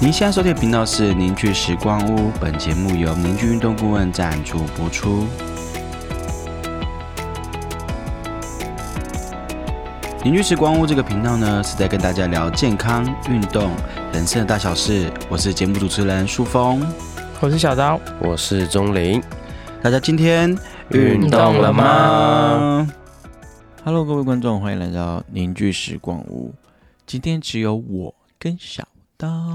您现在收听的频道是《凝聚时光屋》，本节目由凝聚运动顾问赞助播出。凝聚时光屋这个频道呢，是在跟大家聊健康、运动、人生的大小事。我是节目主持人舒峰，我是小刀，我是钟林，大家今天运动了吗？ Hello，各位观众，欢迎来到凝聚时光屋。今天只有我跟小刀。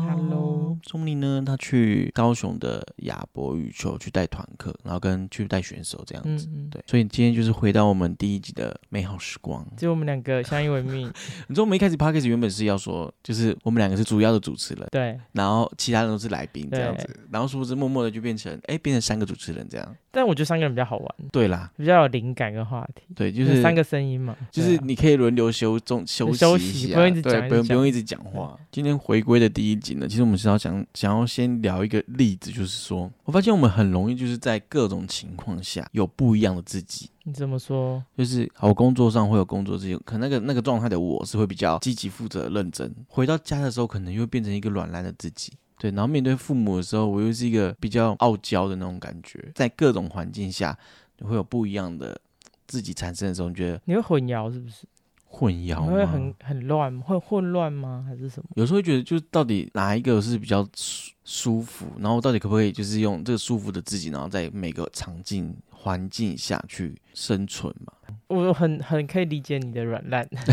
Hello 钟林呢，他去高雄的亚博羽球去带团课，然后跟去带选手这样子。嗯，对，所以今天就是回到我们第一集的美好时光。就我们两个相依为 命，你知道我们一开始 p o d c a s t 原本是要说，就是我们两个是主要的主持人，对。然后其他人都是来宾这样对子，然后殊不知默默的就变成，哎，变成三个主持人这样。但我觉得三个人比较好玩，对啦，比较有灵感跟话题，对，就是嗯三个声音嘛，就是对啊你可以轮流休中休休息息一下，不用一直讲一对，不用直不讲用一直讲话。今天回归的第一集呢，其实我们是要想想要先聊一个例子，就是说我发现我们很容易就是在各种情况下有不一样的自己。你怎么说？就是好，我工作上会有工作自己，可能那个那个状态的我是会比较积极、负责、认真。回到家的时候，可能又会变成一个软烂的自己。对，然后面对父母的时候，我又是一个比较傲娇的那种感觉。在各种环境下，你会有不一样的自己产生的时候，你觉得你会混淆是不是？混你淆吗？会很很乱，会混乱吗？还是什么？有时候会觉得，就是到底哪一个是比较舒舒服，然后到底可不可以就是用这个舒服的自己，然后在每个场景环境下去生存嘛？我很很可以理解你的软 烂，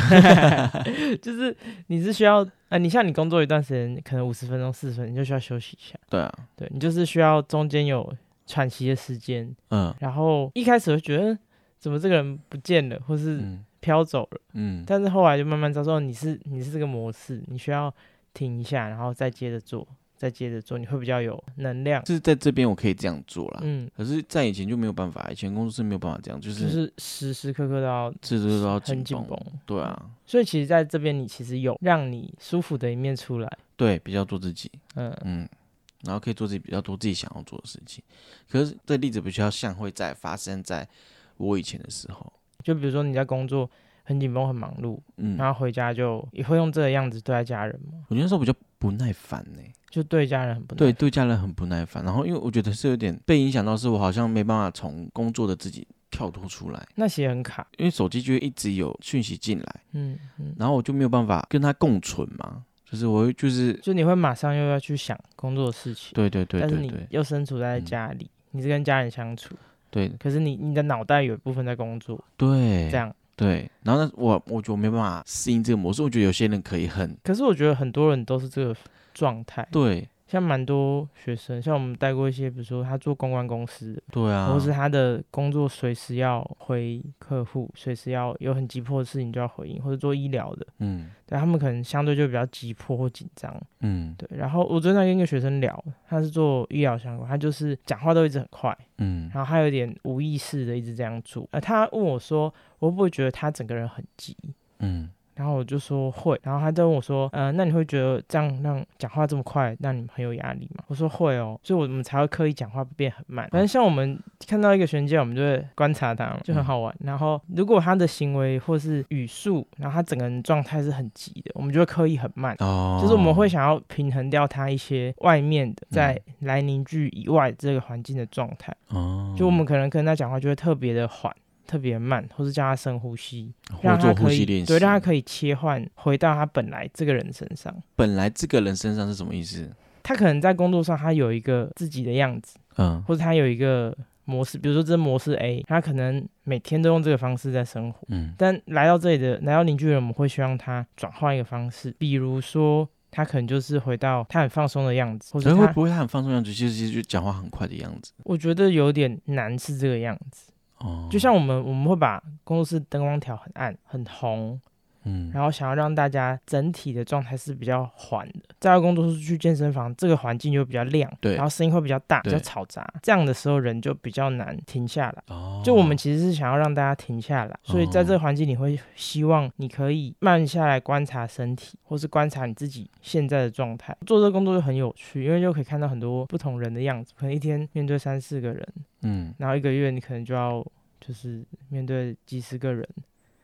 就是你是需要啊、呃你像你工作一段时间，可能五十分钟、四十分钟，你就需要休息一下，对啊，对你就是需要中间有喘息的时间，嗯然后一开始会觉得嗯怎么这个人不见了，或是嗯飘走了，嗯，但是后来就慢慢知道说你是你是这个模式，你需要停一下，然后再接着做，再接着做，你会比较有能量。就是在这边我可以这样做啦，嗯，可是，在以前就没有办法，以前工作是没有办法这样，就就是是时时刻刻都要这都要很紧绷绷，，对啊，所以其实在这边你其实有让你舒服的一面出来，对，比较做自己，嗯。嗯，然后可以做自己比较多自己想要做的事情。可是这例子比较像会在发生在我以前的时候，就比如说你在工作很紧绷、很忙碌，嗯，然后回家就也会用这个样子对待家人嘛，我觉得那时候比较不耐烦呢、就对家人很不耐对，烦对家人很不耐烦。然后因为我觉得是有点被影响到，是我好像没办法从工作的自己跳脱出来，那些很卡，因为手机就会一直有讯息进来，嗯嗯，然后我就没有办法跟他共存嘛，就是我会就是就你会马上又要去想工作的事情，对对对但是对你对又身处在嗯家里，你是跟家人相处，对可是你你的脑袋有一部分在工作，对，这样。对。然后呢，我我觉得我没办法适应这个模式，我觉得有些人可以很可是我觉得很多人都是这个状态，对像蛮多学生，像我们带过一些，比如说他做公关公司的，对啊，或是他的工作随时要回客户，随时要有很急迫的事情就要回应，或者做医疗的，嗯对他们可能相对就比较急迫或紧张。嗯对，然后我昨天跟一个学生聊，他是做医疗相关，他就是讲话都一直很快，嗯然后他有点无意识的一直这样做。呃，他问我说，我会不会觉得他整个人很急？嗯，然后我就说会，然后他就问我说，呃，那你会觉得这样让讲话这么快，让你们很有压力吗？我说会哦，所以我们才会刻意讲话变很慢。反正像我们看到一个学啊生，我们就会观察他嘛，就嗯很好玩。然后如果他的行为或是语速，然后他整个人状态是很急的，我们就会刻意很慢。哦，嗯就是我们会想要平衡掉他一些外面的，在来凝聚以外这个环境的状态，哦，就我们可能跟他讲话就会特别的缓、特别慢，或是叫他深呼吸，或让他做呼可吸以练习，对，让他可以切换回到他本来这个人身上。本来这个人身上是什么意思？他可能在工作上他有一个自己的样子，嗯或者他有一个模式，比如说这模式 A，他可能每天都用这个方式在生活。嗯但来到这里的来到邻居人，我们会希望他转换一个方式，比如说他可能就是回到他很放松的样子，或可者是哎会他不会他很放松样子，其实其实就讲话很快的样子？我觉得有点难是这个样子。哦，就像我们我们会把工作室灯光调很暗、很红，嗯，然后想要让大家整体的状态是比较缓的。再到工作室去健身房，这个环境就比较亮，对然后声音会比较大、比对较嘈杂，这样的时候人就比较难停下来。哦，就我们其实是想要让大家停下来，所以在这个环境，你会希望你可以慢下来观察身体，或是观察你自己现在的状态。做这个工作就很有趣，因为就可以看到很多不同人的样子，可能一天面对三四个人，嗯然后一个月你可能就要就是面对几十个人，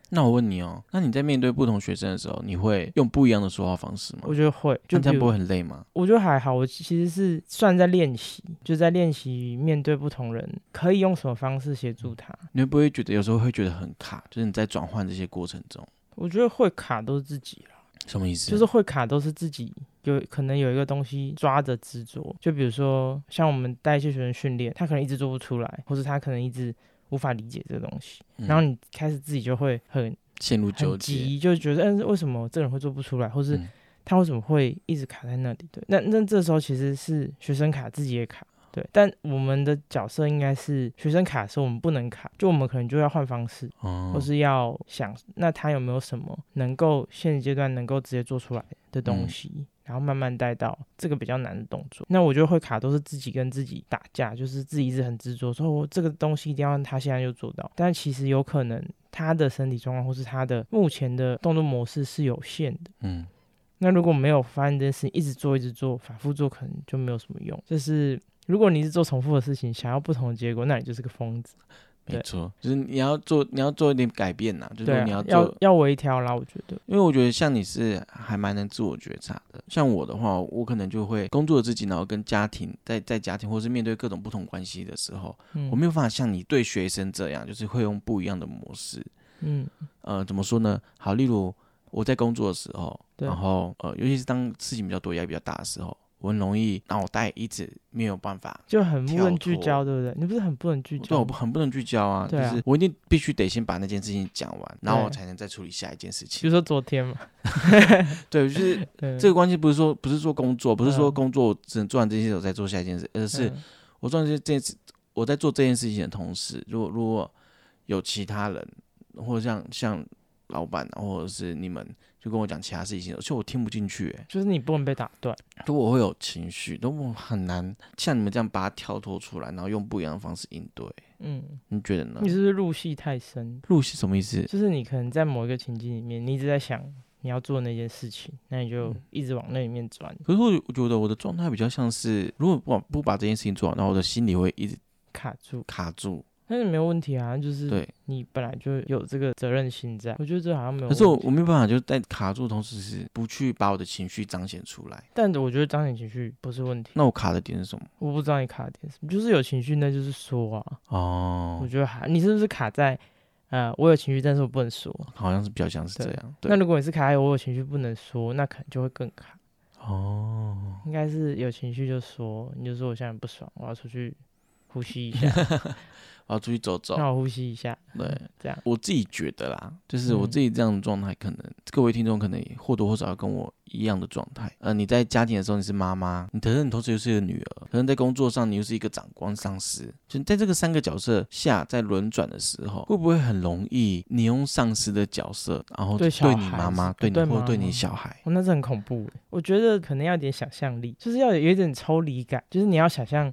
那我问你哦，那你在面对不同学生的时候，你会用不一样的说话方式吗？我觉得会，就那这比样不如会很累吗？我觉得还好，我其实是算在练习，就在练习面对不同人，可以用什么方式协助他。你会不会觉得有时候会觉得很卡？就是你在转换这些过程中，我觉得会卡都是自己啦，什么意思？就是会卡都是自己有可能有一个东西抓着执着，就比如说像我们带一些学生训练，他可能一直做不出来，或者他可能一直无法理解这个东西，嗯然后你开始自己就会很陷入纠很结，急，就觉得嗯、为什么这个人会做不出来，或是嗯他为什么会一直卡在那里？对，那那这时候其实是学生卡，自己也卡。对，但我们的角色应该是学生卡的时候，我们不能卡，就我们可能就要换方式，哦或是要想，那他有没有什么能够现阶段能够直接做出来的嗯东西，然后慢慢带到这个比较难的动作。那我觉得会卡都是自己跟自己打架，就是自己一直很执着，说我这个东西一定要让他现在就做到，但其实有可能他的身体状况或是他的目前的动作模式是有限的。嗯，那如果没有发现这件事情，一直做一直做，反复做，可能就没有什么用。就是如果你一直做重复的事情，想要不同的结果，那你就是个疯子。没对错，就是你要做，你要做一点改变呐、就是对、说啊，你要做，要要微调啦，我觉得。因为我觉得像你是还蛮能自我觉察的，像我的话，我可能就会工作自己，然后跟家庭在在家庭或是面对各种不同关系的时候，嗯，我没有办法像你对学生这样，就是会用不一样的模式。嗯呃，怎么说呢？好，例如我在工作的时候，对然后呃，尤其是当事情比较多、压力比较大的时候，我很容易脑袋一直没有办法，就很不能聚焦，跳脱对不对？你不是很不能聚对，焦我不，很不能聚焦啊，对啊就是我一定必须得先把那件事情讲完，然后我对才能再处理下一件事比情如。说昨天嘛，对，就是对，这个关系不是说不是说工作，不是说嗯工作我只能做完这些事我再做下一件事，而是嗯我做完这件事，我在做这件事情的同时，如果如果有其他人或者像像老板啊或者是你们就跟我讲其他事情，而且我听不进去、欸，就是你不能被打断，如果我会有情绪，都我很难像你们这样把它跳脱出来，然后用不一样的方式应对，嗯，你觉得呢你？是不是入戏太深？入戏什么意思？就是你可能在某一个情境里面，你一直在想你要做那件事情，那你就嗯一直往那里面钻，可是我我觉得我的状态比较像是，如果不把不把这件事情做好，然后我的心里会一直卡住。卡住。但是没有问题啊，就是对，你本来就有这个责任心在，我觉得这好像没有可问是题。我我没有办法，就在卡住的同时是不去把我的情绪彰显出来。但我觉得彰显情绪不是问题，那我卡的点是什么？我不知道你卡的点什么，就是有情绪那就是说啊，我哦，觉得还你是不是卡在呃我有情绪，但是我不能说，好像是比较像是这样。对那，如果你是卡在我有情绪不能说，那可能就会更卡。哦，应该是有情绪就说，你就说我现在不爽，我要出去呼吸 一下，我要出去走走。啊让我呼吸一下，对，这样。我自己觉得啦，就是我嗯自己这样的状态，可能、各位听众可能也或多或少要跟我一样的状态。呃，你在家庭的时候你是妈妈，你可是你同时又是一个女儿，可能在工作上你又是一个长官上司，就在这个三个角色下在轮转的时候，会不会很容易你用上司的角色，然后对小你孩妈妈，是对你对或妈对你妈小孩？哦，那是很恐怖欸。我觉得可能要有点想象力，就是要有一点抽离感，就是你要想象，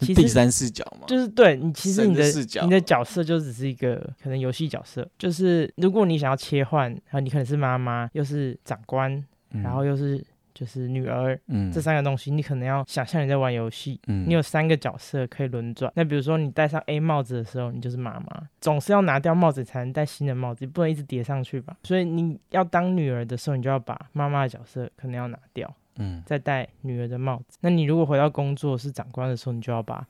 其第实三视角嘛，就是对你，其实神你的的视角你的角色就只是一个可能游戏角色，就是如果你想要切换，啊，你可能是妈妈，又是长官，嗯然后又是就是女儿，嗯这三个东西，你可能要想象你在玩游戏，嗯你有三个角色可以轮转。那比如说你戴上 A 帽子的时候，你就是妈妈，总是要拿掉帽子才能戴新的帽子，你不能一直叠上去吧？所以你要当女儿的时候，你就要把妈妈的角色可能要拿掉，嗯再戴女儿的帽子。那你如果回到工作是长官的时候，你就要把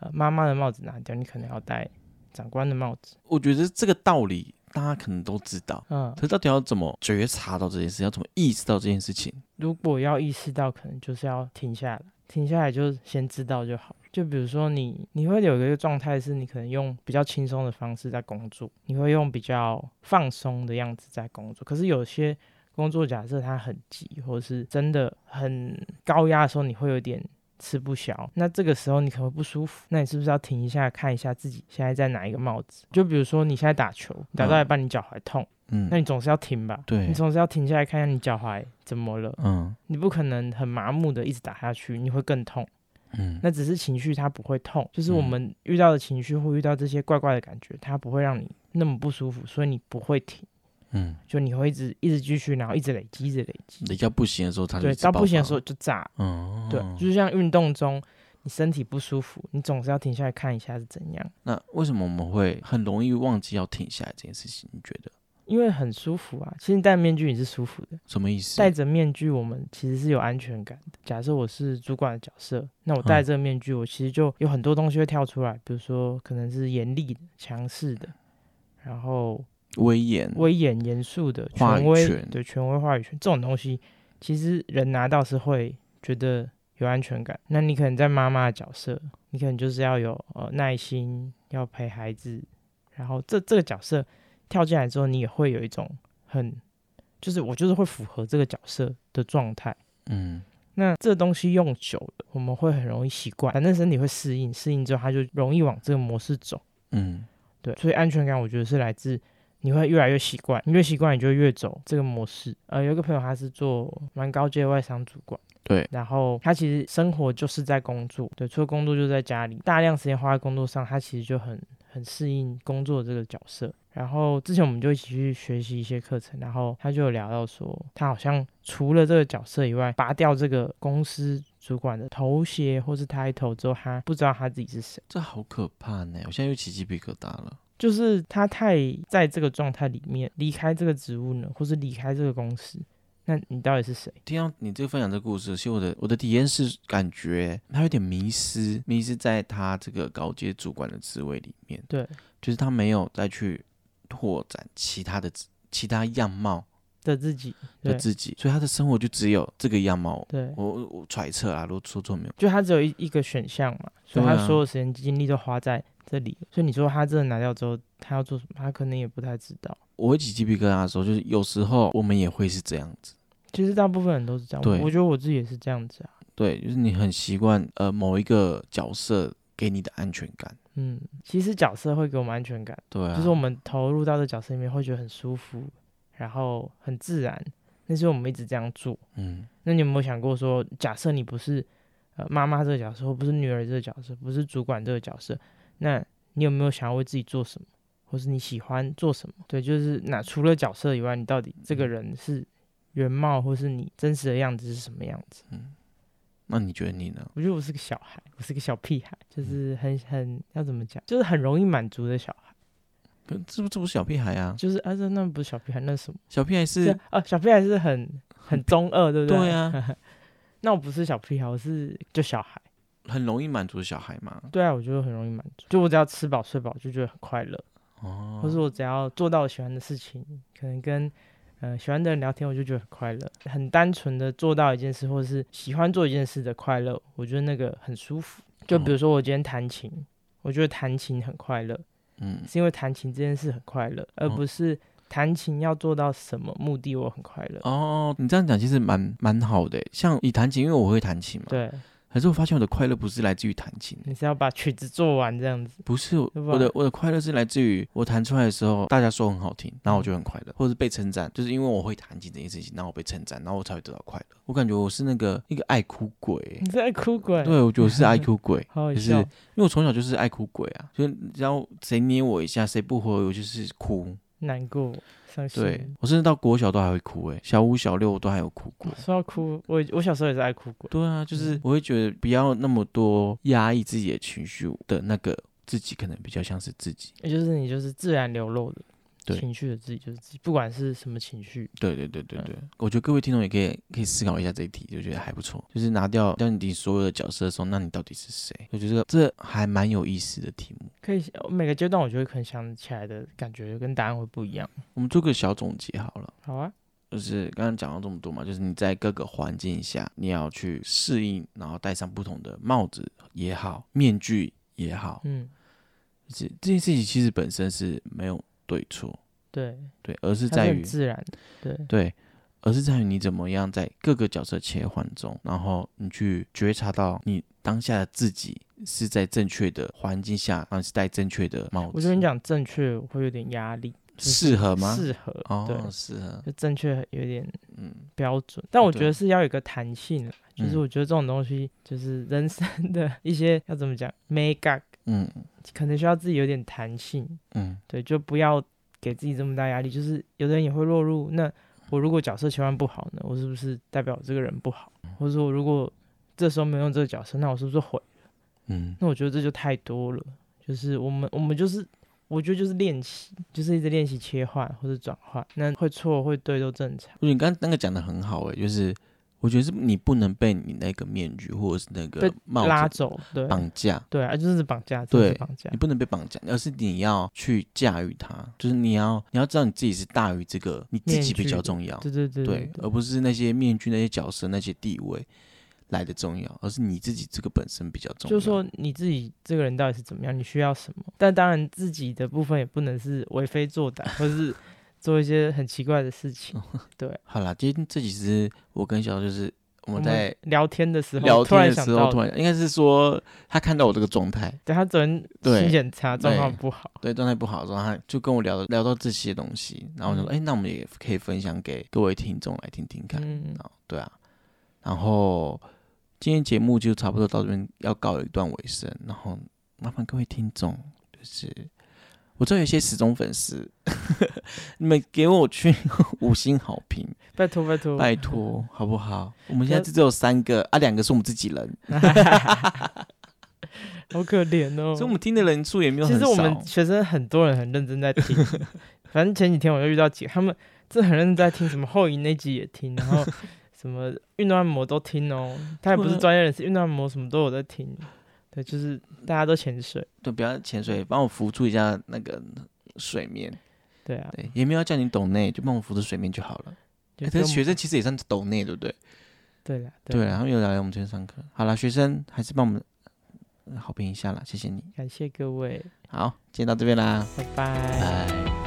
呃妈妈的帽子拿掉，你可能要戴长官的帽子。我觉得这个道理大家可能都知道，嗯可，是到底要怎么觉察到这件事，要怎么意识到这件事情？如果要意识到，可能就是要停下来，停下来就先知道就好。就比如说你，你会有一个状态是你可能用比较轻松的方式在工作，你会用比较放松的样子在工作。可是有些工作，假设它很急，或是真的很高压的时候，你会有点吃不消。那这个时候你可能会不舒服，那你是不是要停一下，看一下自己现在在哪一个帽子？就比如说你现在打球，你打到一半你脚踝痛，嗯那，你总是要停吧？对你总是要停下来看一下你脚踝怎么了。嗯你不可能很麻木的一直打下去，你会更痛。嗯，那只是情绪它不会痛，就是嗯我们遇到的情绪或遇到这些怪怪的感觉，它不会让你那么不舒服，所以你不会停，嗯，就你会一直一直继续，然后一直累积，一直累积。你要不行的时候，他就对，一直到爆不行的发时候，就炸。嗯，对，就是像运动中，你身体不舒服，你总是要停下来看一下是怎样。那为什么我们会很容易忘记要停下来这件事情？你觉得？因为很舒服啊。其实戴面具也是舒服的，什么意思？戴着面具我们其实是有安全感的。假设我是主管的角色，那我戴这个面具，我其实就有很多东西会跳出来，比如说可能是严厉的、强势的，然后威严，威严、严肃的、话语权威权对权威话语权这种东西，其实人拿到是会觉得有安全感。那你可能在妈妈的角色，你可能就是要有呃耐心，要陪孩子，然后这这个角色跳进来之后，你也会有一种很，就是我就是会符合这个角色的状态。嗯，那这东西用久了，我们会很容易习惯，反正身体会适应，适应之后它就容易往这个模式走。嗯，对，所以安全感我觉得是来自你会越来越习惯，你越习惯你就越走这个模式。呃，有一个朋友他是做蛮高阶的外商主管，对，然后他其实生活就是在工作，对，除了工作就在家里，大量时间花在工作上，他其实就很很适应工作这个角色。然后之前我们就一起去学习一些课程，然后他就有聊到说，他好像除了这个角色以外，拔掉这个公司主管的头衔或是 title 之后，他不知道他自己是谁。这好可怕呢！我现在又起鸡皮疙瘩了。就是他太在这个状态里面，离开这个职务呢，或是离开这个公司，那你到底是谁？听到你这个分享这个故事，其实我的我的体验是感觉他有点迷失，迷失在他这个高阶主管的职位里面，对就是他没有再去拓展其他的其他样貌的自己，的对自己，所以他的生活就只有这个样貌。对，我我我揣测啊，如果说错没有，就他只有一一个选项嘛，所以对啊他所有时间精力都花在这里。所以你说他真的拿掉之后，他要做什么？他可能也不太知道。我会起鸡皮疙瘩的时候，就是有时候我们也会是这样子。其实大部分人都是这样，对我我觉得我自己也是这样子啊。对，就是你很习惯呃某一个角色给你的安全感。嗯，其实角色会给我们安全感，对啊，就是我们投入到这角色里面会觉得很舒服，然后很自然。那是我们一直这样做，嗯那你有没有想过说，假设你不是呃妈妈这个角色，或不是女儿这个角色，不是主管这个角色，那你有没有想要为自己做什么，或是你喜欢做什么？对，就是那除了角色以外，你到底这嗯个人是原貌，或是你真实的样子是什么样子？嗯，那你觉得你呢？我觉得我是个小孩，我是个小屁孩，嗯就是很很要怎么讲，就是很容易满足的小孩，可这不这不是小屁孩啊，就是啊这那不是小屁孩，那是什么？小屁孩对是，啊，小屁孩是很很中二，对不对？对啊，那我不是小屁孩，我是就小孩。很容易满足的小孩嘛。对啊，我觉得很容易满足，就我只要吃饱睡饱就觉得很快乐，哦，或是我只要做到我喜欢的事情，可能跟呃喜欢的人聊天，我就觉得很快乐，很单纯的做到一件事，或是喜欢做一件事的快乐，我觉得那个很舒服。就哦比如说我今天弹琴，我觉得弹琴很快乐，嗯是因为弹琴这件事很快乐，而哦不是弹琴要做到什么目的我很快乐。哦，你这样讲其实蛮蛮好的欸。像以弹琴，因为我会弹琴嘛，对，可是我发现我的快乐不是来自于弹琴，你是要把曲子做完这样子。不是我对吧我的我的快乐是来自于我弹出来的时候，大家说很好听，然后我就很快乐，或者是被称赞，就是因为我会弹琴这件事情，然后我被称赞，然后我才会得到快乐。我感觉我是那个一个爱哭鬼欸、你在哭鬼？，对，我觉得我是爱哭鬼 好好就是笑因。为我从小就是爱哭鬼啊，就是只要谁捏我一下，谁不回我就是哭。难过、伤心。对我甚至到国小都还会哭、欸，小五小六我都还有哭过。说到哭，我我小时候也是爱哭鬼。对啊，就是我会觉得不要那么多压抑自己的情绪的那个自己，可能比较像是自己。也就是你就是自然流露的对情绪的自己，就是自己，不管是什么情绪，对对对对嗯对，我觉得各位听众也可以可以思考一下这一题，就觉得还不错。就是拿掉掉你所有的角色的时候，那你到底是谁？我觉得这还蛮有意思的题目。可以呃每个阶段，我觉得可能想起来的感觉跟答案会不一样。我们做个小总结好了。好啊，就是刚刚讲到这么多嘛，就是你在各个环境下，你要去适应，然后戴上不同的帽子也好，面具也好，嗯，就是这件事情其实本身是没有对错，对，对，而是它在很于自然，对，对，而是在于你怎么样在各个角色切换中，然后你去觉察到你当下的自己是在正确的环境下，然后是戴正确的帽我觉得子你，讲正确我会有点压力，就是适合吗？适合，对，哦，适合，就正确有点嗯，标准，但我对觉得是要有一个弹性啦就是嗯我觉得这种东西，就是人生的一些要怎么讲，make up，嗯可能需要自己有点弹性，嗯，对，就不要给自己这么大压力。就是有的人也会落入，那我如果角色切换不好呢，我是不是代表我这个人不好？或者说，我如果这时候没有用这个角色，那我是不是毁？嗯，那我觉得这就太多了。就是我们，我们就是我觉得就是练习，就是一直练习切换或者转换，那会错会对都正常。我觉得你刚刚那个讲的很好诶、就是我觉得是你不能被你那个面具或者是那被个帽拉子走，对绑架，对啊，就是绑架，真的是对绑架你。不能被绑架，而是你要去驾驭它，就是你要你要知道你自己是大于这个，你自己比较重要，对对对对，而不是那些面具、那些角色、那些地位来的重要，而是你自己这个本身比较重要。就是说你自己这个人到底是怎么样，你需要什么？但当然自己的部分也不能是为非作歹，或是做一些很奇怪的事嗯情。好啦，今天这几实我跟小就是我我们们在聊天的时候，聊突天然的想时到候，突然应该是说他看到我这个状态，对他昨天对心检查状况对不好，对状态不好的时候，他就跟我聊聊到这些东西，然后我就说，哎、那我们也可以分享给各位听众来听听看。嗯，哦，对啊，然后今天节目就差不多到这边要告一段尾声，然后麻烦各位听众，就是我知道有一些死忠粉丝， 你们给我去 五星好评，拜托拜托，拜托好不好？我们现在只有三个啊，两个是我们自己人， 好可怜哦所以。我们听的人数也没有其很实少。我们学生很多人很认真在 听，反正前几天我又遇到几个，他们真的很认真在听，什么后移那集也听，然后什么运动按摩都听哦。他也不是对啊专业人士，运动按摩什么都有在听。对，就是大家都潜水，对，不要潜水，帮我浮出一下那个水面，对啊，对，也没有要叫你懂内，就帮我浮出水面就好了。就欸不可是用学生其实也算懂内，对不对？对啊啦，对啦，然后又来我们这边上课。好了，学生还是帮我们呃好评一下啦，谢谢你。感谢各位，好，今天到这边啦，拜拜拜。